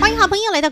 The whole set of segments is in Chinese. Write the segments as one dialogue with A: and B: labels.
A: 欢迎好朋友来到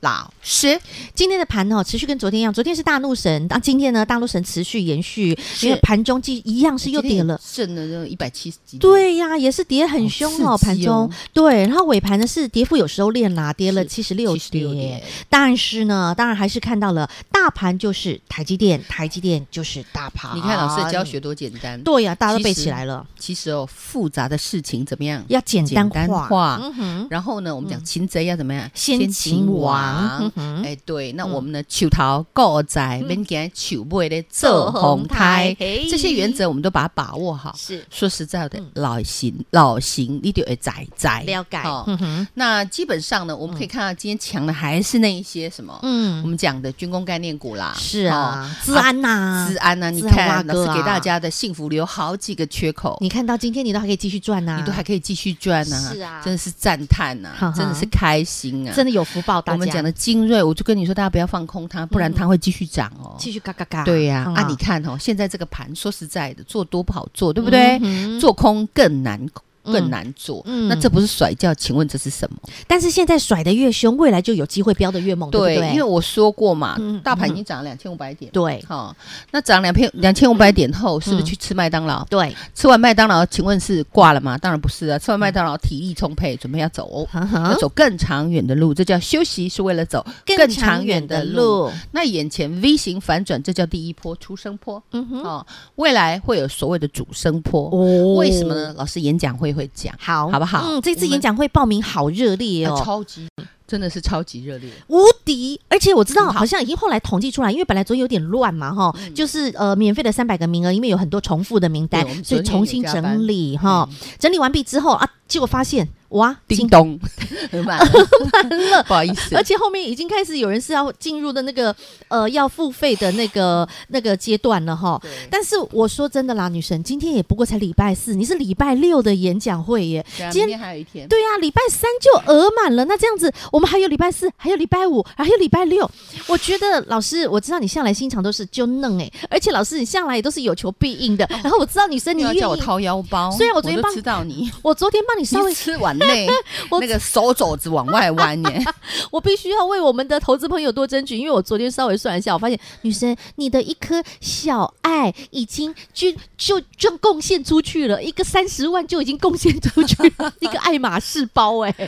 B: 老师，
A: 今天的盘呢、持续跟昨天一样，昨天是大怒神，那、今天呢大怒神持续延续，因为盘中既一样是又跌了。
B: 剩了那一百七十几点，
A: 对呀、也是跌很凶哦，
B: 好刺
A: 盘
B: 激
A: 中
B: 哦
A: 对，然后尾盘呢是跌幅有收敛啦，跌了七十六
B: 76
A: 点
B: 点。
A: 但是呢，当然还是看到了大盘就是台积电，台积电就是大盘。
B: 你看老师的教学多简单。
A: 对呀、大家都背
B: 其
A: 起
B: 实
A: 来了，
B: 其实哦，复杂的事情怎么样？
A: 要简
B: 简
A: 单
B: 单
A: 化。
B: 化
A: 嗯哼，
B: 然后呢，我们讲擒贼要怎么样？
A: 先秦王。嗯。哼
B: 哎，对，那
A: 嗯
B: 我们呢，求桃告仔，免惊求尾的做红胎，这些原则我们都把它把握好。
A: 是
B: 说实在的
A: 嗯，
B: 老型老型，你就会宰宰
A: 了解
B: 哦
A: 嗯哼，
B: 那基本上呢，我们可以看到今天强的还是那一些什么，我
A: 嗯，
B: 们讲的军工概念股啦，
A: 是啊，治安
B: 哦，
A: 呐，
B: 治安啊，
A: 治
B: 你
A: 安
B: 看
A: 挖
B: 老
A: 哥
B: 师给
A: 啊
B: 大家的幸福留好几个缺口，
A: 你看到今天你都还可以继续赚呐，
B: 你都还可以继续赚啊，
A: 是啊
B: 真的是赞叹
A: 哈
B: 呐
A: 哈，
B: 真的是开心啊，
A: 真的有福报，大
B: 我
A: 家嗯
B: 们讲的精锐，我就跟你说，大家不要放空它，不然它会继续涨哦。
A: 继续嘎嘎嘎，
B: 对呀、
A: 嗯
B: 啊，你看哦，现在这个盘，说实在的，做多不好做，
A: 嗯
B: 对不对？做空更难，更。
A: 嗯哼嗯
B: 难做。
A: 嗯
B: 那这不是甩掉？请问这是什么？
A: 但是现在甩的越凶，未来就有机会飙的越猛，哦对不对？
B: 因为我说过嘛，
A: 嗯
B: 大盘已经涨了两千五百点。
A: 对
B: 好、那涨两千两千五百点后，是不是
A: 嗯
B: 去吃麦当劳？
A: 对，
B: 吃完麦当劳，请问是挂了吗？当然不是啊，吃完麦当劳体力充沛，准备要走，
A: 呵呵
B: 要走更长远的路，这叫休息是为了走
A: 更长远的。路，
B: 那眼前 V 型反转，这叫第一波出生坡、
A: 嗯哼，
B: 哦，未来会有所谓的主升坡。
A: 哦
B: 为什么呢？？老师演讲会会讲，
A: 好，
B: 好不好
A: 嗯，这次
B: 我们
A: 演讲会报名好热烈
B: 啊
A: 哦，
B: 超级真的是超级热烈，
A: 无敌！而且我知道，
B: 很好嗯
A: 好像已经后来统计出来，因为本来昨天有点乱嘛，哈、就是呃，免费的三百个名额，因为有很多重复的名单
B: 对我，们
A: 所以
B: 昨天
A: 重新
B: 有加班
A: 整理哈、整理完毕之后啊，结果发现哇，
B: 嗯叮
A: 哦今
B: 咚，满 了，不好意思
A: 而，且后面已经开始有人是要进入的那个呃要付费的那个那个阶段了哈。
B: 对
A: 但是我说真的啦，女神，今天也不过才礼拜四，你是礼拜六的演讲会耶，
B: 对啊
A: 今天
B: 明天还有一天，
A: 对啊，礼拜三就额满了。那这样子，我们还有礼拜四，还有礼拜五，还有礼拜六。我觉得老师，我知道你向来心肠都是就嫩哎、而且老师你向来也都是有求必应的。然后我知道女生你
B: 又要
A: 愿意，
B: 哦啊叫我掏腰包，
A: 虽然我昨天
B: 都
A: 帮
B: 知道你，
A: 我昨天帮你 稍
B: 你
A: 微，
B: 吃碗内
A: 我
B: 那个手肘子往外弯耶，
A: 我必须要为我们的投资朋友多争取，因为我昨天稍微算一下，我发现女生你的一颗小爱已经就就就贡献出去了，一个三十万就已经贡献出去了， 一个爱马仕包哎、啊！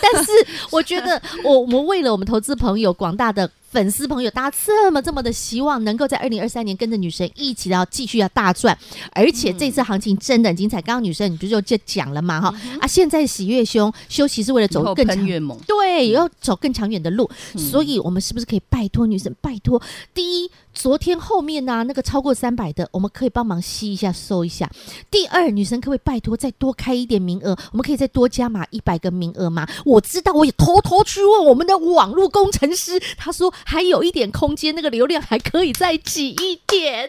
A: 但是我觉得我我们为了我们投资朋友广大的。粉丝朋友，大家这么这么的希望能够在二零二三年跟着女神一起要继续要大赚，而且这
B: 嗯
A: 次行情真的很精彩。刚刚女生你不就就讲了嘛哈、啊，现在喜越凶，休息是为了
B: 以
A: 走
B: 后
A: 更长
B: 喷越猛，
A: 对，要走更长远的路，所以我们是不是可以拜托女神？拜托，第一，昨天后面呢、那个超过三百的，我们可以帮忙吸一下、收一下。第二，女神可不可以拜托再多开一点名额？我们可以再多加码一百个名额吗？我知道，我也偷偷去问我们的网络工程师，他说还有一点空间，那个流量还可以再挤一点。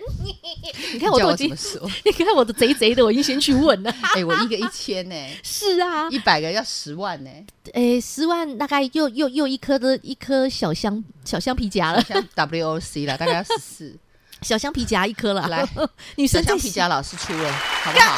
A: 你看我
B: 叫
A: 都
B: 我
A: 已
B: 怎么
A: 经，
B: 说？
A: 你看我的贼贼的，我已经先去问了。
B: 哎，我一个一千呢，
A: 是啊，
B: 一百个要十万呢，
A: 诶，十万大概又又又一颗的一颗小香小橡皮夹了，
B: 像 WOC 啦，大概要十四。
A: 小橡皮夹一颗了。
B: 来，
A: 女
B: 小
A: 生
B: 橡
A: 在
B: 皮夹老师出了，好不好？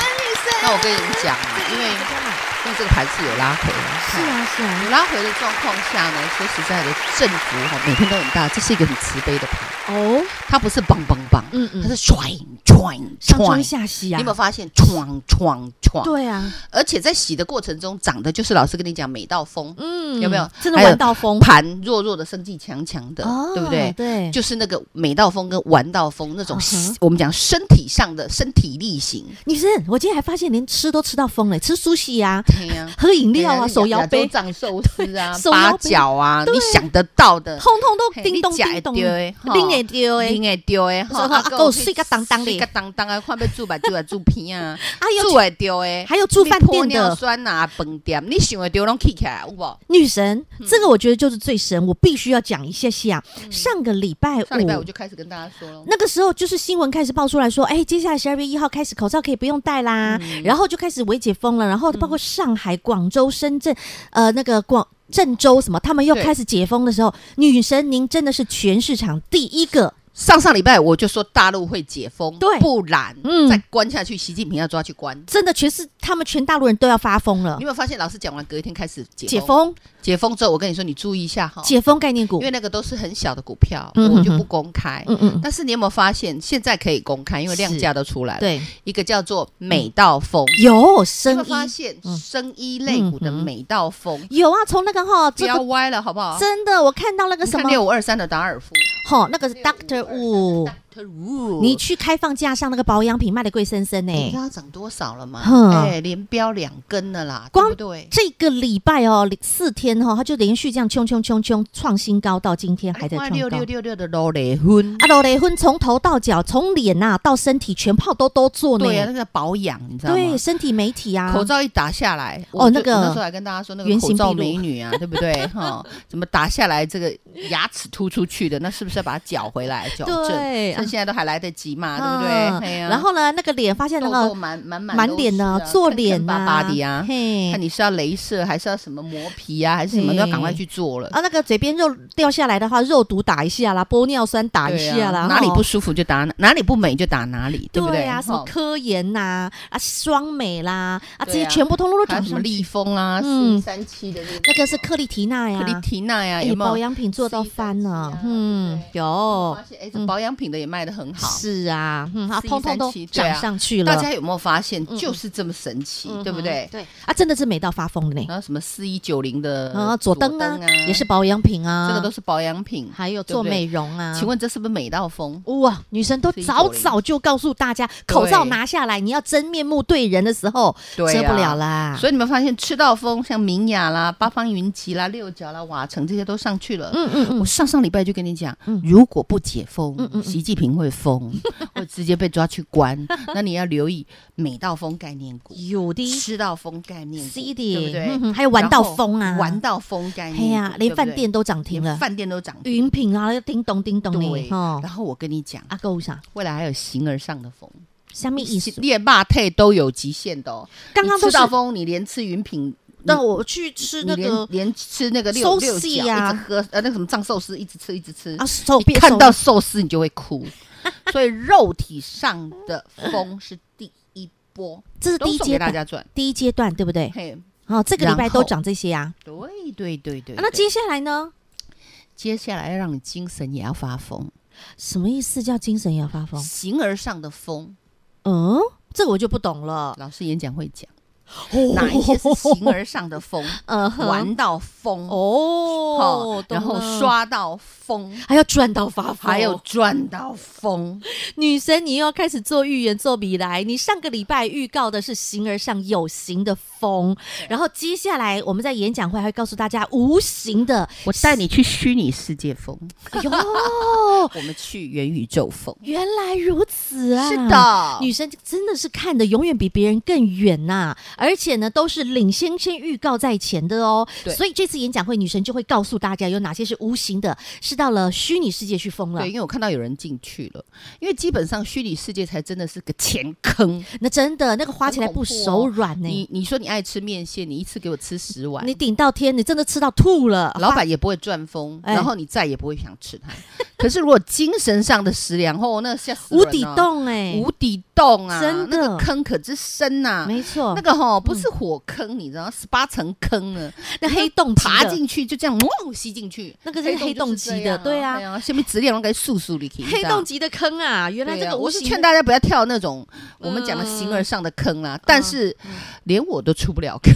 B: 那我跟你们讲啊，因为因为这个盘是有拉回的，
A: 是
B: 看
A: 啊是
B: 有
A: 啊，
B: 拉回的状况下呢，说实在的，振幅哈每天都很大，这是一个很慈悲的盘，
A: 哦，
B: 它不是棒棒棒，
A: 嗯
B: 它
A: 嗯，
B: 是喘喘
A: 上中
B: 喘。
A: 下洗
B: 你
A: 啊
B: 有没，有发现闯闯闯？
A: 对啊，
B: 而且在洗的过程中，涨的就是老师跟你讲美到风，
A: 嗯，
B: 有没有
A: 真的
B: 还有
A: 玩到疯？
B: 盘弱弱的生气强强的，对不对？
A: 嗯哦对，
B: 就是那个美到风跟玩到风那种
A: 嗯哼，
B: 我们讲身体上的身体力行，
A: 女生，我今天还发现连吃都吃到疯了，吃苏西呀，。
B: 听啊
A: 喝饮料
B: 哎呀
A: 啊，手摇
B: 亚
A: 杯
B: 洲，藏寿司啊，
A: 手摇
B: 八
A: 杯
B: 角啊，
A: 对
B: 你想得到的，
A: 通通都
B: 嘿
A: 叮咚
B: 你吃会
A: 叮咚，
B: 到的吼
A: 拎会丢诶
B: 听，会到的吼，
A: 说啊
B: 还
A: 还有
B: 去
A: 水甲当当的
B: 水甲当当啊，看要煮吧煮啊煮 片啊，
A: 啊
B: 煮
A: 有
B: 会到的，
A: 还有住饭店
B: 你尿
A: 的
B: 酸啊，饭店，你想会到拢起起来有无？
A: 女神，
B: 嗯
A: 这个我觉得就是最神，我必须要讲一下下。上个礼拜
B: 上礼拜
A: 五
B: 我就开始跟大家说了，
A: 那个时候就是新闻开始爆出来说，哎、接下来十二月一号开始口罩可以不用戴啦，
B: 嗯
A: 然后就开始微解封了，然后包括上海、广州、深圳，呃，那个广郑州什么，他们又
B: 对
A: 开始解封的时候，女神您真的是全市场第一个，
B: 上上礼拜我就说大陆会解封，
A: 对
B: 不然
A: 嗯哦
B: 再关下去，习近平要抓去关。
A: 真的全是他们全大陆人都要发疯了
B: 你有，没有发现，老师讲完隔一天开始解
A: 解
B: 封？
A: 封，
B: 解封之后，我跟你说，你注意一下哈，
A: 解封概念股
B: 因，为那个都是很小的股票，
A: 嗯
B: 我就
A: 哼
B: 不
A: 哼
B: 公开。
A: 嗯嗯，
B: 但是你有没有发现，现在可以公开，因为量
A: 是
B: 价都出来了。
A: 对，嗯
B: 一个叫做美道风，
A: 有
B: 你有
A: 生
B: 没有发
A: 意，
B: 现
A: 嗯
B: 生医类股的
A: 嗯哼
B: 美道风，
A: 有啊，从那个哈，
B: 不
A: 这
B: 要
A: 个
B: 歪了，好不好？
A: 真的，我看到那个
B: 你
A: 什
B: 看
A: 么，
B: 六五二三的达尔夫，
A: 哈，那个是 Doctor Wu。
B: Dr. Wu
A: 你去开放架上那个保养品卖的贵森森呢、
B: 你知道它涨多少了吗？
A: 哼
B: 哎，连标两根了啦，对
A: 光
B: 不对？
A: 这个礼拜哦，四天哦，它就连续这样冲冲冲冲创新高，到今天还在创
B: 哎六
A: 高啊
B: 六。六六的罗雷婚，
A: 阿罗雷婚从头到脚，从脸呐、到身体全泡都都做呢。
B: 对啊，那个保养你知道
A: 对
B: 吗？
A: 身体媒体啊，
B: 口罩一打下来，
A: 哦
B: 我
A: 那
B: 就
A: 个
B: 我那时候还跟大家说那个
A: 原形
B: 口罩
A: 毕露
B: 美女啊，对不对？哈，怎么打下来这个牙齿凸出去的，那是不是要把它矫回来矫正？
A: 对，啊
B: 趁现在都还来得及嘛，对不
A: 嗯
B: 对嘿哎呀？
A: 然后呢，那个脸发现那
B: 痘
A: 个
B: 痘满满满
A: 满
B: 都
A: 脸
B: 是
A: 呢
B: 啊，
A: 做脸
B: 坑
A: 呐、
B: 坑巴巴的呀。
A: 嘿
B: 看，你是要镭射还是要什么磨皮啊，还是什么
A: 对
B: 都要赶快去做了。
A: 啊，那个嘴边肉掉下来的话，肉毒打一下啦，玻尿酸打一
B: 对啊
A: 下啦，
B: 哪里
A: 吼
B: 不舒服就打哪，哪里不美就打哪里，对不对？
A: 呀、啊什么
B: 哈
A: 科研呐、啊，双美啦，啊，这
B: 对
A: 些
B: 啊
A: 全部通通都
B: 还
A: 涨
B: 有什么
A: 上去
B: 立丰啊，
A: 嗯
B: 四三七的那个
A: 那个是克丽缇娜呀，
B: 克里缇娜呀，
A: 哎
B: 有没有
A: 保？养品做到翻了，嗯，有
B: 发现哎，这保养品的也卖得很好。
A: 嗯是啊，嗯，它
B: C
A: 通通都
B: 37对啊
A: 涨上去了，
B: 大家有没有发现，
A: 嗯
B: 就是这么神奇
A: 嗯，哼
B: 对不对？
A: 对啊，真的是美到发疯呢。
B: 然后什么四一九零的
A: 啊，左灯啊，也是啊保养品啊，
B: 这个都是保养品。
A: 还有
B: 对
A: 做
B: 不对
A: 美容啊。
B: 请问这是不是美到疯？
A: 哇，女生都
B: 4190
A: 早早就告诉大家，口罩拿下来，你要真面目对人的时候，
B: 对
A: 遮
B: 啊
A: 不了啦。
B: 所以你们发现吃到疯，像明雅啦、八方云集啦、六角啦、瓦城这些都上去了。
A: 嗯嗯
B: 我
A: 嗯，
B: 上上礼拜就跟你讲
A: 嗯，
B: 如果不解封
A: 嗯嗯嗯，
B: 习近平 会疯，会直接被抓去关。那你要留意美到疯概念股、
A: 有的
B: 吃到疯概念股，
A: C
B: 对不
A: 的，嗯
B: 对？
A: 哼还有玩到疯啊，
B: 玩到疯概念股，
A: 嘿呀，连
B: 对不对
A: 饭店都涨停
B: 连
A: 了，
B: 饭店都涨停。
A: 云品啊，叮咚叮咚
B: 对
A: 的，哦
B: 然，后我跟你讲，
A: 啊，购物啥？
B: 未来还有形而上的风，
A: 虾米意思？
B: 猎霸退都有极限的哦。
A: 刚刚
B: 你
A: 都
B: 吃
A: 是
B: 到风，你连吃云品，
A: 那我去吃那
B: 你连
A: 个
B: 连吃那个六
A: 寿
B: 六
A: 司
B: 角，
A: 呀
B: 一直喝呃那个什么藏寿司，一直吃一直吃
A: 啊，手
B: 你
A: 边
B: 看到寿司你就会哭。所以肉体上的风是第一波，
A: 这是
B: 都
A: 第一
B: 送给
A: 阶
B: 大
A: 段，
B: 家赚。
A: 第一阶段对不对？
B: 嘿，
A: 好，这个礼拜
B: 然后
A: 都涨这些啊。
B: 对对对对。
A: 啊那
B: 对
A: 接下来呢？
B: 接下来要让你精神也要发疯，
A: 什么意思叫精神要发疯？
B: 形而上的风，
A: 嗯，这我就不懂了。
B: 老师演讲会讲
A: 哦
B: 哦哪一些 是形而上的风，
A: 呃
B: 玩到疯
A: 哦
B: 哦，，然后
A: 懂了哦
B: 刷到疯，
A: 还要赚到发疯，
B: 还有赚到疯，
A: 女神，你又要开始做预言做米来。你上个礼拜预告的是形而上有形的风，然后接下来我们在演讲会还会告诉大家无形 的。
B: 我带你去虚拟世界疯，
A: 哎呦，
B: 我们去元宇宙疯。
A: 原来如此啊！
B: 是，的，
A: 女生真的是看的永远比别人更远呐、而且呢都是领先先预告在前的哦
B: 对。
A: 所以这次演讲会，女神就会告诉大家有哪些是无形的，是到了虚拟世界去疯了
B: 对，。因为我看到有人进去了，因为基本上虚拟世界才真的是个钱坑。
A: 那真的那个花起来不手软呢、
B: 你你说你爱吃面线，你一次给我吃十碗，
A: 你顶到天，你真的吃到吐了。
B: 老板也不会赚疯，
A: 哎
B: 然后你再也不会想吃它。 可是如果精神上的食粮，哦，那吓死人
A: 无
B: 了
A: 底，洞哎、
B: 无底洞啊，
A: 真的
B: 那个坑可之深呐、
A: 没错，嗯
B: 那个吼、不是火坑，你知道，十八层坑呢，
A: 那黑洞级的
B: 爬进去就这样，哇，吸进去，
A: 那个是黑洞级的
B: 就是这
A: 对
B: 样
A: 啊
B: 对啊，下面质量都该速速的，你知道
A: 黑洞级的坑啊！原来
B: 对
A: 这
B: 啊
A: 个无
B: 我是
A: 形的
B: 劝大家不要跳嗯 那种我们讲的形而上的坑啦，但是连我都出不了坑，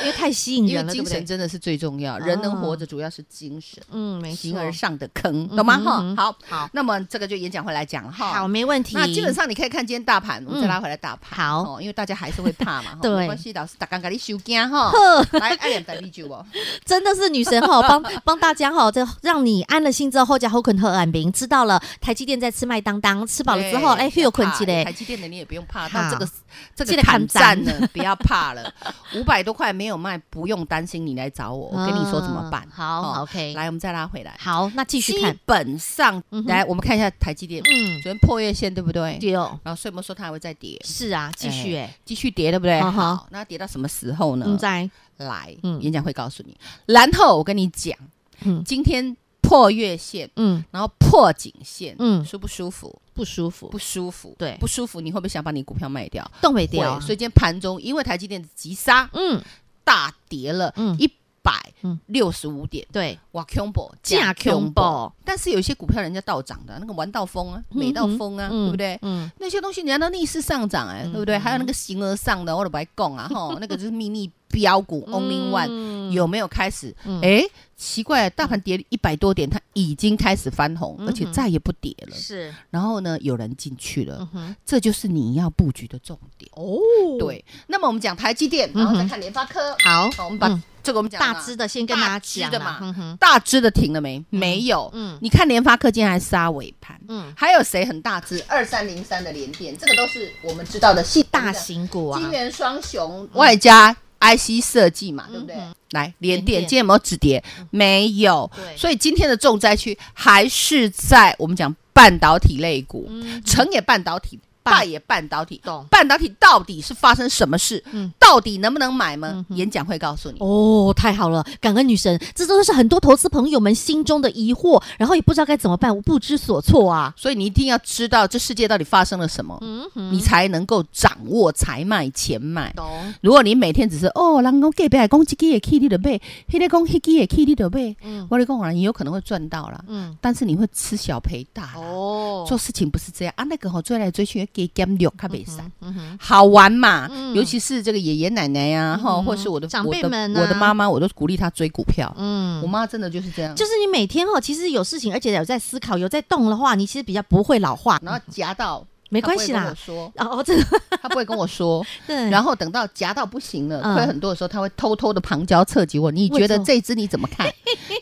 A: 因为太吸引
B: 啊因
A: 人
B: 为
A: 了，对
B: 精
A: 不对
B: 神？真的是最重要，人能
A: 啊
B: 活着主要是精神，
A: 嗯，没
B: 形
A: 错。
B: 而上的坑，懂吗？
A: 嗯
B: 哈、
A: 嗯嗯
B: 好，
A: 好，
B: 那么这个就演讲回来讲了哈。
A: 好，没问题。嗯
B: 那基本上你可以看今天大盘，我们再拉回来大盘、
A: 好
B: 哦，因为大家还是会怕 嘛，哈
A: 对
B: 没关系，老师打刚给你修惊哈，
A: 呵，
B: 来爱两台啤酒哦，
A: 真的是女神 哈，帮帮大家哈，这让你安了心之后，后加后肯和安平，知道了台积电在吃麦当当，吃饱了之后，
B: 对
A: 哎，又有困起
B: 不
A: 嘞
B: 要怕台，积电的你也不用怕，
A: 好
B: 到这个这
A: 这个
B: 个砍
A: 砍
B: 战
A: 战
B: 呢，不要怕了，五百多块没有卖，不用担心，你来找我，
A: 哦
B: 我跟你说怎么办
A: 嗯。好
B: 哦
A: 好，OK，
B: 来，我们再拉回来，
A: 好，那继续
B: 基
A: 看，
B: 本上
A: 嗯哼
B: 来我们看一下台积电，
A: 嗯
B: 昨，天破月线对不对？
A: 对哦，
B: 然后所以我们说它还会再跌，
A: 是啊，继续哎，
B: 继续跌对不对？
A: 嗯哼
B: 好，那跌到什么时候呢？
A: 嗯，在，
B: 来，
A: 嗯
B: 演讲会告诉你。然后我跟你讲，
A: 嗯
B: 今天破月线，
A: 嗯
B: 然后破颈线，
A: 嗯，
B: 舒不舒服？
A: 不舒服，
B: 不舒服，
A: 对
B: 不舒服，你会不会想把你股票卖掉？
A: 动没
B: 会
A: 掉啊，
B: 所以今天盘中因为台积电急杀
A: 嗯
B: 大跌了
A: 嗯，
B: 一百六十五点，
A: 对，
B: 哇，combo
A: 假 combo，
B: 但是有一些股票人家倒涨的，那个玩到疯啊，
A: 嗯
B: 美到疯啊，
A: 嗯
B: 对不对？
A: 嗯，
B: 那些东西人家都逆势上涨哎、
A: 嗯
B: 对不对？还有那个形而上的，我都不爱供 啊，吼，那个就是秘密标股 only one，
A: one
B: 有没有开始？哎、
A: 嗯
B: 奇怪，大盘跌一百多点，它已经开始翻红，
A: 嗯哼
B: 而且再也不跌了。
A: 是，
B: 然后呢，有人进去了，
A: 嗯哼，
B: 这就是你要布局的重点。
A: 哦，，嗯
B: 对，那么我们讲台积电，然后再看联发科。
A: 好，
B: 好，我们把、
A: 嗯
B: 这个我们讲了
A: 大只的先跟大家讲
B: 大只的
A: 啦
B: 嘛
A: 嗯哼，
B: 大只的停了没？没有。
A: 嗯
B: 你看联发科今天还杀尾盘，
A: 嗯，
B: 还有谁很大只？二三零三的联电，这个都是我们知道的系
A: 大型股啊
B: 金，元双雄外加 IC 设计嘛，对不对
A: 嗯？
B: 来，联
A: 联电
B: 电今天有没有止跌？没有
A: 对，
B: 所以今天的重灾区还是在我们讲半导体类股，
A: 嗯
B: 成也半导体，
A: 半
B: 败也半导体。
A: 懂
B: 半导体到底是发生什么事？
A: 嗯
B: 到底能不能买吗
A: 嗯？哼
B: 演讲会告诉你。
A: 哦，太好了，感恩女神，这都是很多投资朋友们心中的疑惑，然后也不知道该怎么办，我不知所措啊。
B: 所以你一定要知道这世界到底发生了什么，
A: 嗯
B: 你才能够掌握财脉、钱脉。
A: 懂，
B: 如果你每天只是哦，人讲隔壁讲这支也去你的背，那个讲那支也去你的背，
A: 嗯
B: 我跟你讲啊，你有可能会赚到啦，
A: 嗯，
B: 但是你会吃小赔大啦。
A: 哦
B: 做事情不是这样啊，那个吼、追来追去给减六卡比赛，
A: 嗯哼，
B: 好玩嘛。
A: 嗯
B: 尤其是这个爷爷奶奶呀、啊，哈、
A: 嗯
B: 或是我的
A: 长辈们
B: 我的
A: 啊
B: 我的妈妈，我都鼓励她追股票。我
A: 嗯。
B: 妈真的就是这样，
A: 就是你每天哦，其实有事情，而且有在思考，有在动的话，你其实比较不会老化。
B: 然后夹到
A: 没关系啦，
B: 她
A: 哦，哦真的，
B: 不会跟 我说，
A: 对，
B: 她不会跟我说，然后等到夹到不行了，
A: 嗯
B: 亏很多的时候，她会偷偷的旁敲侧击我，你觉得
A: 为什么
B: 这一只你怎么 看？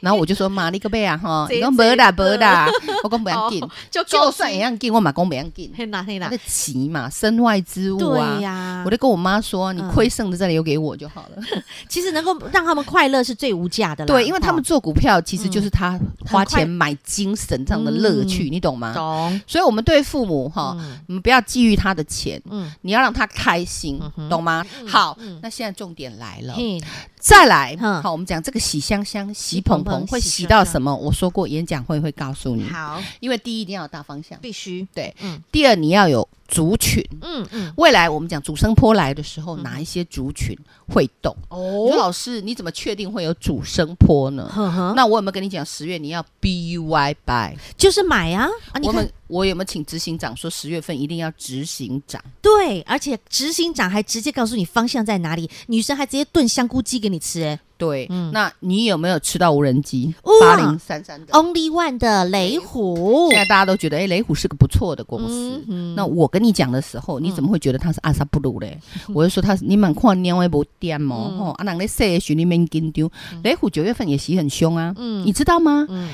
B: 然后我就说妈，你个贝啊哈，
A: 这
B: 你讲
A: 这
B: 没啦
A: 一哦
B: 没啦，我讲不要紧，
A: 就
B: 哦就算一样紧，我嘛讲不要 紧，
A: 黑啦黑啦
B: 那，棋嘛，身外之物啊
A: 对。呀
B: 我，就跟我妈说，你
A: 嗯
B: 亏剩的再留给我就好 了。
A: 其实能够让他们快乐是最无价的啦。
B: 对，因为他们
A: 哦
B: 做股票其实就是他花
A: 很快
B: 钱买精神上的乐趣，你懂
A: 哦
B: 吗？
A: 嗯懂，
B: 所以，我们对父母哈，
A: 嗯
B: 你们不要觊觎他的钱，
A: 嗯，
B: 你要让他开心
A: 嗯，哼
B: 懂吗？好
A: 嗯，
B: 那现在重点来了，
A: 嘿，
B: 再来，
A: 嗯
B: 好，我们讲这个喜香香、喜
A: 喜
B: 蓬
A: 蓬
B: 蓬
A: 蓬
B: 会
A: 喜
B: 喜
A: 香
B: 到
A: 香
B: 什么？我说过，演讲会会告诉你，
A: 好，
B: 因为第一一定要有大方向，
A: 必须，
B: 对，
A: 嗯
B: 第二你要有族群。
A: 嗯嗯，
B: 未来我们讲主升坡来的时候，哪一些族群会动？你说
A: 哦，
B: 老师，你怎么确定会有主升坡呢？
A: 呵呵，
B: 那我有没有跟你讲十月你要 B U Y buy？
A: 就是买嗯啊啊！你
B: 我
A: 看
B: 们我有没有请执行长说十月份一定要执行长？
A: 对，而且执行长还直接告诉你方向在哪里，女生还直接炖香菇鸡给你吃、哎
B: 对，
A: 嗯
B: 那你有没有吃到无人机八
A: 哇哦
B: 零三三的？
A: ，Only One 的雷虎
B: 现，在大家都觉得，哎、雷虎是个不错的公司。
A: 嗯
B: 那我跟你讲的时候，你怎么会觉得它是阿萨布鲁嘞？
A: 嗯
B: 我就说它，你蛮看鸟的不点哦，吼、啊，人咧说的时候你免紧张。雷虎九月份也洗很凶啊，
A: 嗯
B: 你知道吗？
A: 嗯，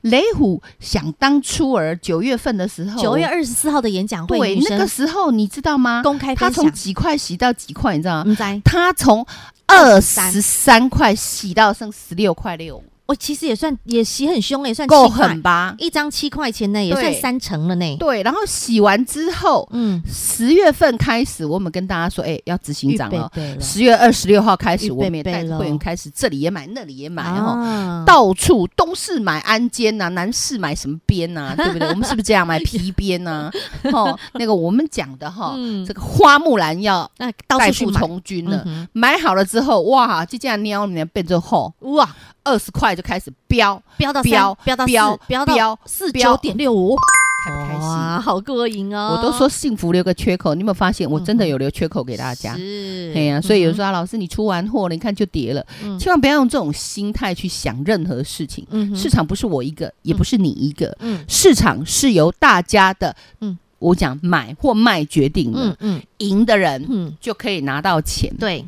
B: 雷虎想当初儿九月份的时候，
A: 九月二十四号的演讲会，
B: 对
A: 女
B: 那
A: 生
B: 个时候你知道吗？
A: 公开
B: 他
A: 分
B: 从
A: 享，
B: 几块洗到几块，你知道吗？
A: 嗯，在
B: 他从二十三块洗到剩十六块六，
A: 我哦其实也算也洗很凶、哎，也算
B: 够
A: 七块
B: 狠，吧？
A: 一张七块钱呢，也算
B: 对
A: 三成了呢，
B: 对，然后洗完之后，
A: 嗯，
B: 十月份开始，我们跟大家说，哎，要执行
A: 预
B: 长
A: 备
B: 了。
A: 备了，
B: 十月二十六号开
A: 预
B: 始，
A: 备
B: 我们也带
A: 备
B: 着
A: 了
B: 会员开始，这里也买，那里也买哈。
A: 啊
B: 到处东市买安监呐、南市买什么 边呐、对不对？我们是不是这样买皮鞭呐、哦，那个我们讲的哈，
A: 嗯
B: 这个花木兰要
A: 那到
B: 代
A: 处去
B: 父
A: 买，
B: 从军了。
A: 嗯
B: 买好了之后，哇，这件喵你变之后，
A: 哼哇，
B: 二十块就开始飙，
A: 飙到
B: 飙
A: 飙到
B: 飙
A: 四飙到
B: 飙
A: 四
B: 飙
A: 九点六五，
B: 开不开心？
A: 哇，好过瘾哦！
B: 我都说幸福留个缺口，你有没有发现？我真
A: 嗯
B: 的有留缺口给大家。
A: 是，
B: 哎呀、所以有时候啊，老师你出完货了，你看就跌了，
A: 嗯
B: 千万不要用这种心态去想任何事情。
A: 嗯哼
B: 市，场不是我一个，也不是你一个，
A: 嗯
B: 市场是由大家的，
A: 嗯
B: 嗯，我讲买或卖决定的，
A: 嗯嗯
B: 赢的人
A: 嗯，
B: 就可以拿到钱，
A: 对，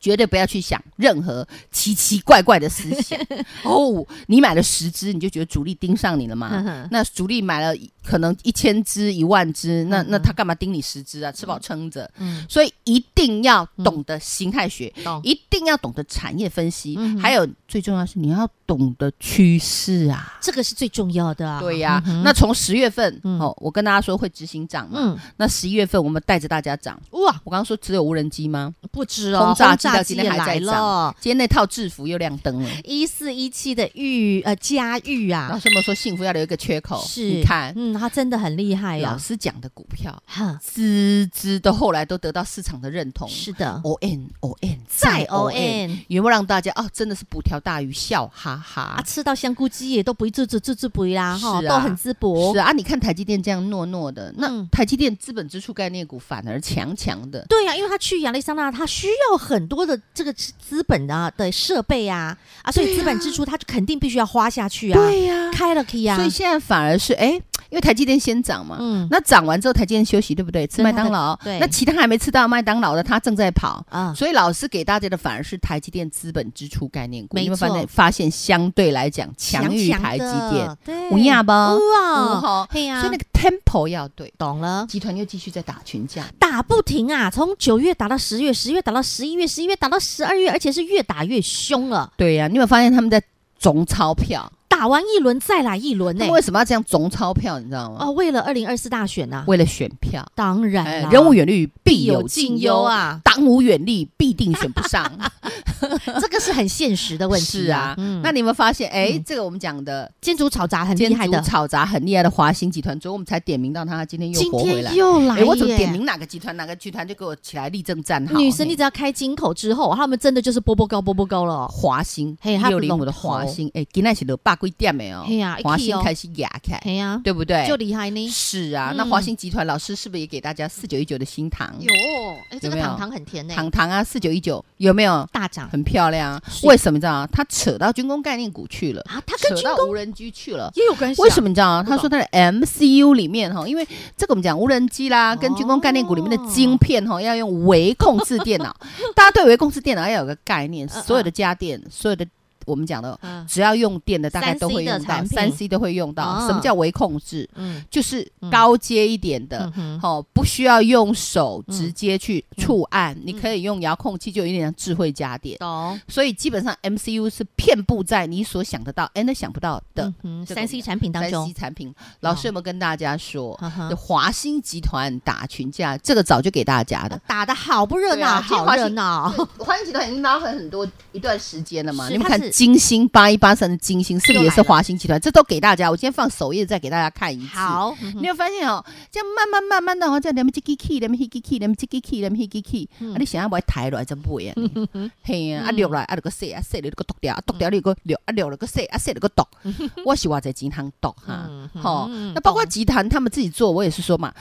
B: 绝对不要去想任何奇奇怪怪的思 想。哦，你买了十只，你就觉得主力盯上你了吗？
A: 嗯哼
B: 那主力买了可能一千只、一万只，那
A: 嗯
B: 那他干嘛盯你十只啊？吃饱撑着。
A: 嗯，
B: 所以一定要懂得形态学，
A: 懂
B: 一定要懂得产业分析，
A: 嗯哼
B: 还有最重要是你要懂得趋势啊。
A: 这个是最重要的啊。
B: 对呀、
A: 嗯哼
B: 那从十月份、
A: 嗯
B: 哦，我跟大家说会执行涨嘛。
A: 嗯，
B: 那十一月份我们带着大家涨。
A: 哇，
B: 我刚刚说只有无人机吗？
A: 不止哦，
B: 轰炸机
A: 轰炸
B: 到
A: 机
B: 今
A: 也
B: 天还在
A: 来了。
B: 今天那套制服又亮灯了。
A: 一四一七的玉呃佳玉
B: 老
A: 啊，
B: 师们说幸福要留一个缺口，
A: 是，
B: 哦你看、
A: 嗯，他真的很厉害
B: 老
A: 呀，
B: 师讲的股票，
A: 哈，
B: 只只都后来都得到市场的认同。
A: 是的，
B: O N O N
A: 再
B: 再 O
A: O
B: N，
A: N
B: 有没有让大家哦，真的是补条大鱼笑哈
A: 啊，
B: 哈？
A: 吃到香菇鸡也都不会做做做做不会啦，哈，
B: 是
A: 都
B: 啊
A: 很淄博
B: 是，啊，你看台积电这样糯糯的，那
A: 嗯
B: 台积电资本支出概念股反而强强的，
A: 对呀、因为他去亚利桑那，他需要很多的这个资资本啊的设备啊啊，所以资本支出他就肯定必须要花下去啊，
B: 呀
A: 开了可以啊，
B: 所以现在反而是哎，因为台积电先涨嘛，
A: 嗯
B: 那涨完之后台积电休息，对不对？吃
A: 对
B: 麦
A: 它的
B: 当劳，
A: 对
B: 那其他还没吃到麦当劳的，他正在跑。
A: 啊
B: 所以老师给大家的反而是台积电资本支出概念股，
A: 没
B: 你有没有发
A: 错
B: 现发现相对来讲强于台积电，，
A: 对，
B: 无亚吧？
A: 哇，
B: 吼
A: 嘿呀、
B: 嗯
A: 嗯
B: 所以那个 tempo 要对，
A: 懂了。
B: 集团又继续在打群架，
A: 打不停啊！从九月打到十月，十月打到十一月，十一月打到十二月，而且是越打越凶了。
B: 对呀、你有没有发现他们在总钞票？
A: 打完一轮再来一轮
B: 他
A: 呢、
B: 们为什么要这样总钞票？你知道吗？
A: 哦，为了二零二四大选呐、
B: 为了选票，
A: 当然
B: 哎
A: 啦，
B: 人无远虑，必有
A: 有
B: 近
A: 尽
B: 忧
A: 忧
B: 啊。
A: 啊，
B: 党无远虑，必定选不上。
A: 这个是很现实的问题
B: 是啊，
A: 嗯，
B: 那你有没有发现？哎，
A: 嗯
B: 这个我们讲的
A: 建筑吵杂很
B: 今
A: 厉害
B: 天
A: 的，
B: 炒杂很厉害的华兴集团，昨天我们才点名到他，今天又
A: 今
B: 活回来
A: 天。又来
B: 哎，
A: 耶！
B: 我怎么点名哪个集团，哪个集团就给我起来立正站好？
A: 女生，
B: 嘿
A: 你只要开金口之后，他们真的就是波波高波波高了哦。
B: 华兴，
A: 嘿它
B: 六零
A: 不
B: 五
A: 拢
B: 的
A: 头
B: 华兴，哎，今天是六百几点的哦
A: 嘿呀一起哦，
B: 华兴开始压开，
A: 嘿哎呀，
B: 对不对？
A: 就厉害呢。
B: 是啊，
A: 嗯
B: 那华兴集团老师是不是也给大家四九一九的新塘
A: 有，哎，这
B: 有
A: 个
B: 没有
A: 糖糖很甜呢，
B: 糖糖啊？四九一九有没有
A: 大涨
B: 很漂亮啊？
A: 是
B: 为什么你知道啊？他扯到军工概念股去了，
A: 啊！它跟
B: 扯
A: 军
B: 到
A: 工
B: 无人机去了。
A: 也有关系啊，
B: 为什么你知道啊？
A: 不懂
B: 他说他的 MCU 里面哈，因为这个我们讲无人机啦，跟军工概念股里面的晶片
A: 哦
B: 哈，要用微控制电 脑。大家对微控制电脑要有个概念，
A: 嗯嗯
B: 所有的家电，所有的我们讲的
A: 嗯？
B: 只要用电的，大概
A: 3C
B: 都会用
A: 的
B: 到，
A: 产品
B: 三 C 都会用到。
A: 哦
B: 什么叫微控制？
A: 嗯
B: 就是高阶一点
A: 嗯
B: 的。
A: 哼，
B: 哦，不需要用手
A: 嗯
B: 直接去触按，你可以用遥控器，就有点像智慧家电。
A: 懂
B: 所以基本上 MCU 是遍布在你所想得到，哎，那想不到的
A: 嗯哼，
B: 这个我
A: 三
B: 们
A: C 产品当
B: 三
A: 中嗯
B: C，产品，老师有没有跟大家说，
A: 哈哈
B: 这华兴集团打群架，这个早就给大家的。
A: 打的好不热
B: 对
A: 闹，
B: 啊今天
A: 好
B: 华
A: 热
B: 信
A: 闹，
B: 华兴集团已经拉回很多一段时间了嘛，
A: 嗯是
B: 你们
A: 它
B: 看
A: 是
B: 金星八一八三的金星是不
A: 又
B: 是也
A: 来
B: 是
A: 了
B: 华兴集团？这都给大家，我今天放首页再给大家看一次。
A: 好，嗯哼
B: 你有发现哦，这样慢慢慢慢的哦，这样连 k 个 key，连 h 个 key，连 h 个 key，连 h 个 key，
A: 嗯
B: 啊，你想要把它抬落来，真不会啊你！嘿啊，啊落来啊，就个洗啊洗了，就个剁掉啊，剁掉你个掉啊掉了个洗啊洗了个剁，我是话在金行剁哈
A: 嗯，
B: 吼
A: 嗯，
B: 那包括
A: 懂
B: 集团他们自己做，我也是说嘛，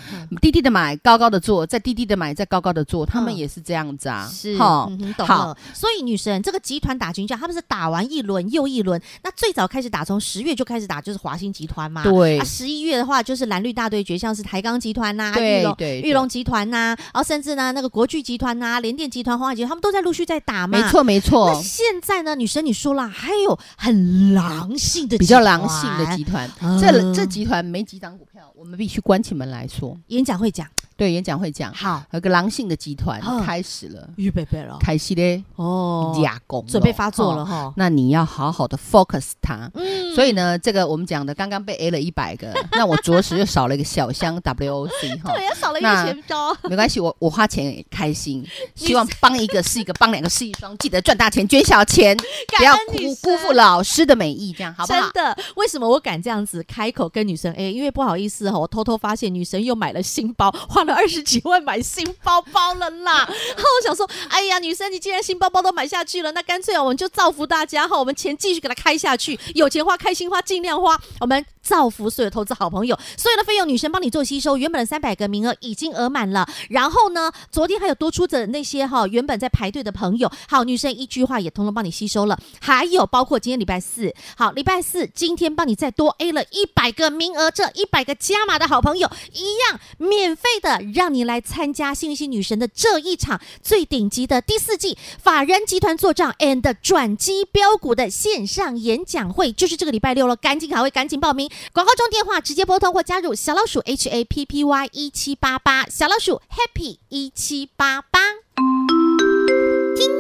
B: 低低的买，高高的做，再低低的买，再高高的做，他们
A: 嗯
B: 也是这样子啊，
A: 是，
B: 吼
A: 嗯哼，懂
B: 好
A: 了。所以女神这个集团打群架，他们是打完一轮又一轮。那最早开始打，从十月就开始打，就是华兴集团嘛。
B: 对
A: 啊，十一月的话就是蓝绿大对决，像是台钢集团呐、
B: 对
A: 玉龙
B: 对
A: 玉龙集团呐、然后甚至呢那个国巨集团呐、联电集团、华华集团，他们都在陆续在打嘛。
B: 没。错没
A: 那
B: 错，
A: 现在呢，女神你说了，还有很狼性的
B: 比较狼性的
A: 集
B: 集团，
A: 团，
B: 这
A: 嗯
B: 这集团没几档股票，我们必须关起门来说，
A: 演讲会讲
B: 对，演讲会讲。
A: 好，
B: 有个狼性的集团
A: 嗯
B: 开始了，
A: 预备备了
B: 开始咧
A: 哦，
B: 加工，
A: 准备发作了
B: 哦。
A: 哈。
B: 那你要好好的 focus 它。
A: 嗯
B: 所以呢，这个我们讲的刚刚被 A 了一百 个，那我着实就少了一个小香 WOC 哈。
A: 对，啊要哎少了一
B: 那
A: 个钱包。
B: 没关系，我我花钱也开心，希望帮一个是一个，帮两个是一双，记得赚大 钱，捐小钱，不
A: 感
B: 要
A: 恩女
B: 辜
A: 神
B: 辜负老师的美意，这样好不好
A: 真？的，为什么我敢这样子开口跟女生 A？因为不好意思哈、我偷偷发现女神又买了新包，花了二十几万买新包包了啦。 然后我想说，哎呀，女生你既然新包包都买下去了，那干脆啊，我们就造福大家哈、我们钱继续给它开下去，有钱花，开心花，尽量花。我们造福所有投资好朋友。所有的费用女神帮你做吸收，原本的三百个名额已经额满了。然后呢，昨天还有多出的那些哈、原本在排队的朋友，好，女神一句话也通通帮你吸收了。还有包括今天礼拜四，好，礼拜四今天帮你再多 A 了一百个名额，这一百个加码的好朋友一样免费的让你来参加幸运星女神的这一场最顶级的第四季法人集团做账 and 转机标股的线上演讲会，就是这个礼拜六了，赶紧卡位，赶紧报名。广告中电话直接拨通或加入小老鼠 H A P P Y 一七八八，小老鼠 Happy 一七八八。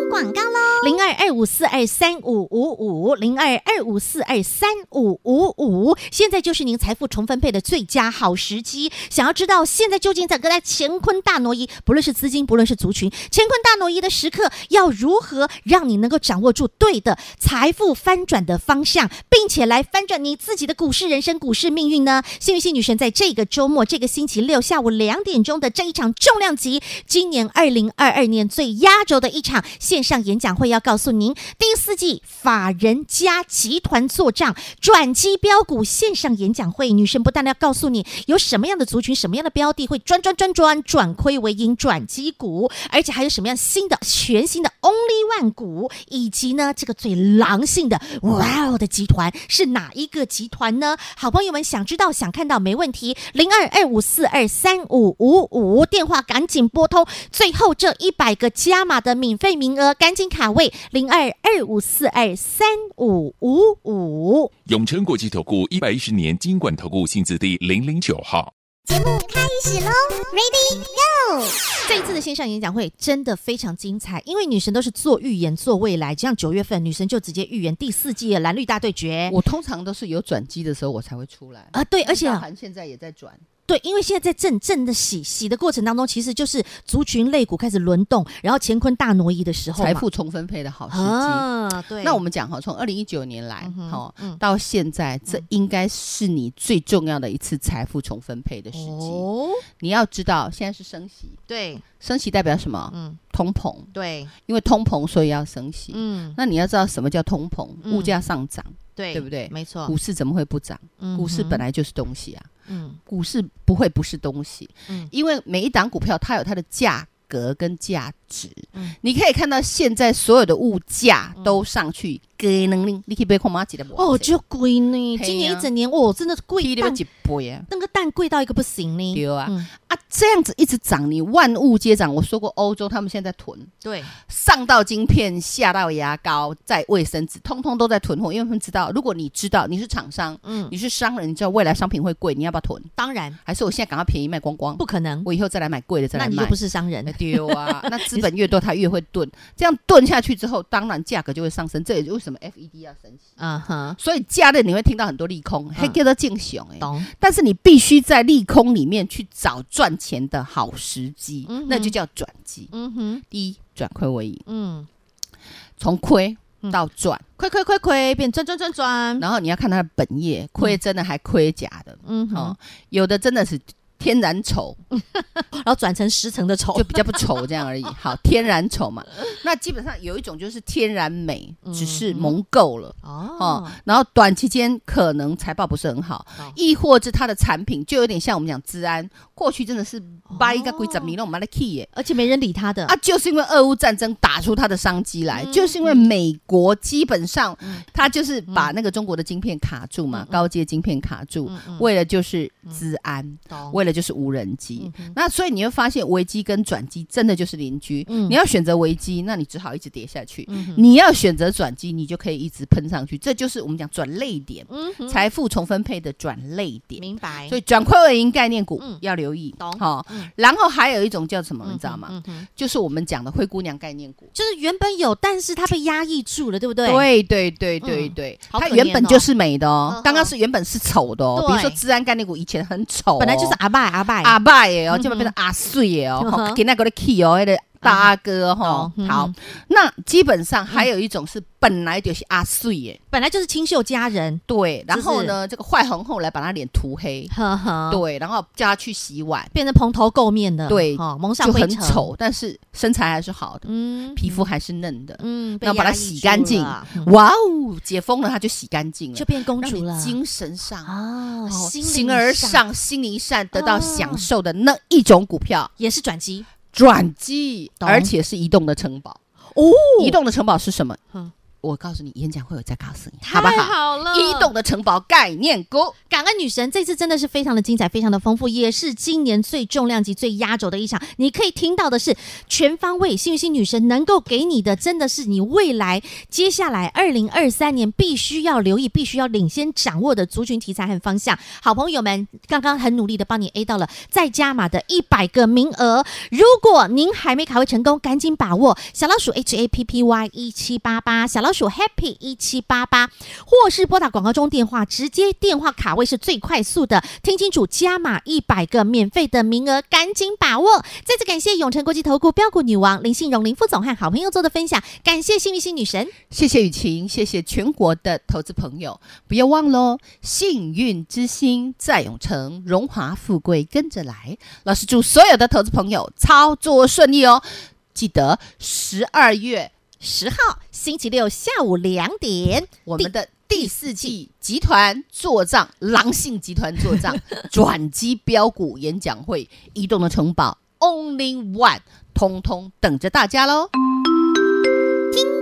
C: 广告喽，
A: 零二二五四二三五五五，零二二五四二三五五五，现在就是您财富重分配的最佳好时机。想要知道现在究竟在各大乾坤大挪移，不论是资金，不论是族群，乾坤大挪移的时刻，要如何让你能够掌握住对的财富翻转的方向，并且来翻转你自己的股市人生、股市命运呢？幸运星女神在这个周末，这个星期六下午两点钟的这一场重量级，今年二零二二年最压轴的一场线上演讲会，要告诉您第四季法人加集团做账转机标股线上演讲会。女神不但要告诉你有什么样的族群、什么样的标的会转转转转转亏为盈、转基股，而且还有什么样新的、全新的 Only One 股，以及呢这个最狼性的哇哦的集团是哪一个集团呢？好朋友们想知道、想看到没问题，零二二五四二三五五五电话赶紧拨通，最后这一百个加码的免费名额赶紧卡位，零二二五四二三五五五。
D: 永诚国际投顾一百一十年金管投顾新字第零零九号。
C: 节目开始喽，Ready Go！
A: 这一次的线上演讲会真的非常精彩，因为女神都是做预言、做未来，就像九月份女神就直接预言第四季的蓝绿大对决。
B: 哎我通常都是有转机的时候我才会出来，
A: 啊，对，而且
B: 大
A: 啊
B: 盘现在也在转，
A: 对，因为现在在正正的洗洗的过程当中，其实就是族群类股开始轮动，然后乾坤大挪移的时候嘛，
B: 财富重分配的好时机。
A: 啊，对。
B: 那我们讲哈，从二零一九年来
A: 嗯哼
B: 哈
A: 嗯
B: 到现在，这应该是你最重要的一次财富重分配的时机。
A: 哦，
B: 你要知道，现在是升息，
A: 对，
B: 升息代表什么？
A: 嗯，
B: 通膨，
A: 对，
B: 因为通膨所以要升息。
A: 嗯，
B: 那你要知道什么叫通膨？
A: 嗯
B: 物价上涨，
A: 对，
B: 对不对
A: 没错，
B: 股市怎么会不涨？
A: 嗯
B: 股市
A: 哼
B: 本，来就是东西啊，
A: 嗯
B: 股市不会不是东西，
A: 嗯
B: 因为每一档股票它有它的价格跟价值。
A: 嗯
B: 你可以看到现在所有的物价都上去，给能力，你可以被恐妈几的
A: 哦，就贵呢，
B: 嘿
A: 今年一
B: 呀
A: 整年哦，真的
B: 一
A: 贵
B: 六
A: 蛋，
B: 几倍啊！
A: 那个蛋贵到一个不行呢。
B: 对啊，
A: 嗯，
B: 啊，这样子一直涨，你万物皆涨。我说过，欧洲他们现在囤，
A: 对，
B: 上到晶片，下到牙膏，在卫生纸，通通都在囤货，因为他们知道，如果你知道你是厂商，
A: 嗯，
B: 你是商人，你知道未来商品会贵，你要不要囤？
A: 当然
B: 还是我现在赶快便宜卖光光？
A: 不可能，
B: 我以后再来买贵的再
A: 那
B: 来
A: 你就
B: 卖
A: 不。是商人
B: 哎。丢啊！那资本越多，它越会钝。这样钝下去之后，当然价格就会上升。这也就是为什么 FED 要升息。
A: 嗯哼，
B: 所以假日你会听到很多利空，还叫做进熊哎。
A: 懂，
B: 但是你必须在利空里面去找赚钱的好时机
A: 嗯哼，
B: 那就叫转机。
A: 嗯哼，
B: 第一，转亏为盈，
A: 嗯，
B: 从亏到赚，
A: 亏亏亏亏，变转转转转，
B: 然后你要看它的本业，亏真的还亏假的，
A: 嗯哼
B: 哦，，有的真的是天然丑，
A: 然后转成十层的丑
B: 就，比较不丑这样 而已。好，天然丑嘛，那基本上有一种就是天然美，
A: 嗯
B: 只是蒙够了。哦
A: 哦，，
B: 然后短期间可能财报不是很好
A: 哦，
B: 亦或是它的产品就有点像我们讲治安，过去真的是掰一个鬼
A: 哦
B: 怎么弄，我们来 key 耶
A: 而且没人理他的
B: 啊，就是因为俄乌战争打出它的商机来，
A: 嗯
B: 就是因为美国基本上它就是把那个中国的晶片卡住
A: 嗯
B: 嘛，高阶晶片卡住，为了就是治安，
A: 嗯懂嗯
B: 为了就是无人机。那所以你会发现危机跟转机真的就是邻居。
A: 嗯
B: 你要选择危机，那你只好一直跌下去；
A: 嗯哼
B: 你要选择转机，你就可以一直喷上去。这就是我们讲转类点，
A: 嗯哼，嗯
B: 财富重分配的转类点。
A: 明白，
B: 所以转亏为盈概念股
A: 嗯
B: 要留意，
A: 懂
B: 好
A: 嗯。
B: 然后还有一种叫什么，你知道
A: 嗯
B: 吗？
A: 哼？嗯哼
B: 就是我们讲的灰姑娘概念股。
A: 就是原本有，但是它被压抑住了，对不对？，
B: 对对对对
A: 嗯
B: 对，
A: 好
B: 它
A: 可
B: 原
A: 怜
B: 本
A: 哦
B: 就是美的
A: 嗯
B: 哦
A: 哼，
B: 刚刚是原本是丑的哦。比如说
A: 对
B: 治安概念股以前很丑哦，
A: 本来就是阿拜阿拜
B: 阿拜耶
A: 嗯
B: 哦，
A: 哼
B: 这边变成阿水耶
A: 嗯
B: 哦，
A: 哼
B: 给那个的 key 哦，那个大阿哥哈
A: 懂。嗯
B: 好，那基本上还有一种是本来就是阿碎耶，
A: 本来就是清秀佳人，
B: 对，然
A: 就
B: 后
A: 啊
B: 呢，这个坏红后来把他脸涂黑，
A: 呵呵，
B: 对，然后叫他去洗碗，
A: 变成蓬头垢面的，
B: 对
A: 哦，蒙上
B: 就
A: 灰
B: 很
A: 尘，
B: 丑，但是身材还是好的，
A: 嗯
B: 皮肤还是嫩的。
A: 嗯，被
B: 那把它
A: 压抑
B: 洗
A: 住
B: 干净
A: 了嗯
B: 哇哦，解封了他就洗干净了
A: 就，变公
B: 让
A: 主
B: 你
A: 了，
B: 精神上
A: 哦，
B: 哦
A: 心
B: 形
A: 灵
B: 而上，心灵上得到
A: 哦
B: 享受的那一种股票，
A: 也是转机
B: 转机，
A: 懂
B: 而且是移动的城堡。
A: 哦，
B: 移动的城堡是什么
A: 嗯？
B: 我告诉你，演讲会有再告诉你，好
A: 太
B: 不好？
A: 好了，
B: 移动的城堡概念股，
A: 感恩女神这次真的是非常的精彩，非常的丰富，也是今年最重量级、最压轴的一场。你可以听到的是全方位幸运星女神能够给你的，真的是你未来接下来二零二三年必须要留意、必须要领先掌握的族群题材和方向。好朋友们，刚刚很努力的帮你 A 到了再加码的一百个名额，如果您还没卡位成功，赶紧把握小老鼠 H A P P Y 一七八八，小老鼠 Happy 一七八八，或是拨打广告中电话，直接电话卡位是最快速的。听清楚，加码一百个免费的名额，赶紧把握。再次感谢永诚国际投顾标股女王林信荣林副总和好朋友做的分享，感谢幸运星女神。
B: 谢谢雨晴，谢谢全国的投资朋友，不要忘喽！幸运之星在永城，荣华富贵跟着来。老师祝所有的投资朋友操作顺利哦！记得十二月
A: 十号星期六下午两点，
B: 我们的第四季集团做账，狼性集团做账，转机标股演讲会，移动的城堡，Only One，通通等着大家喽！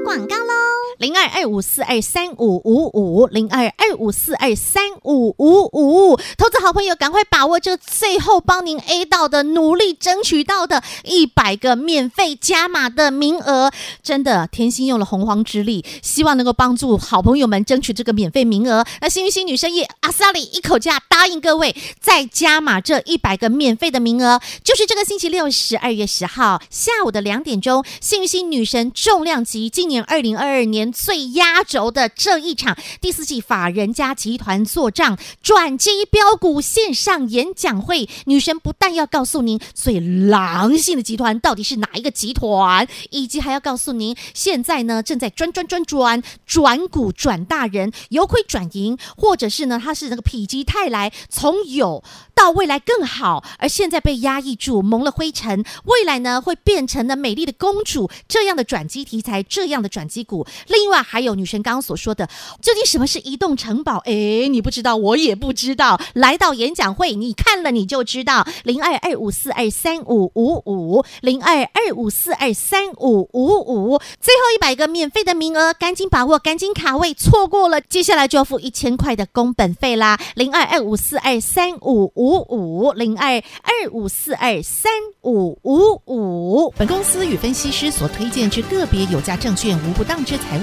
C: 广告喽。
A: 零二二五四二三五五五，零二二五四二三五五五。投资好朋友，赶快把握这最后帮您 A 到的，努力争取到的一百个免费加码的名额。真的，甜心用了洪荒之力，希望能够帮助好朋友们争取这个免费名额。那幸运星女生也阿萨里一口价答应各位，再加码这一百个免费的名额，就是这个星期六十二月十号下午的两点钟，幸运星女神重量级今年二零二二年最压轴的这一场第四季法人家集团做账转机标股线上演讲会，女神不但要告诉您最狼性的集团到底是哪一个集团，以及还要告诉您现在呢正在转转转转转股转大人，由亏转盈，或者是呢它是那个否极泰来，从有到未来更好，而现在被压抑住，蒙了灰尘，未来呢会变成了美丽的公主这样的转机题材，这样的转机股。另外还有女神刚刚所说的，究竟什么是移动城堡？诶，你不知道，我也不知道。来到演讲会，你看了你就知道。零二二五四二三五五五，零二二五四二三五五五，最后一百个免费的名额，赶紧把握，赶紧卡位，错过了，接下来就要付一千块的工本费啦。零二二五四二三五五五，零二二五四二三五五五。
E: 本公司与分析师所推荐之个别有价证券无不当之财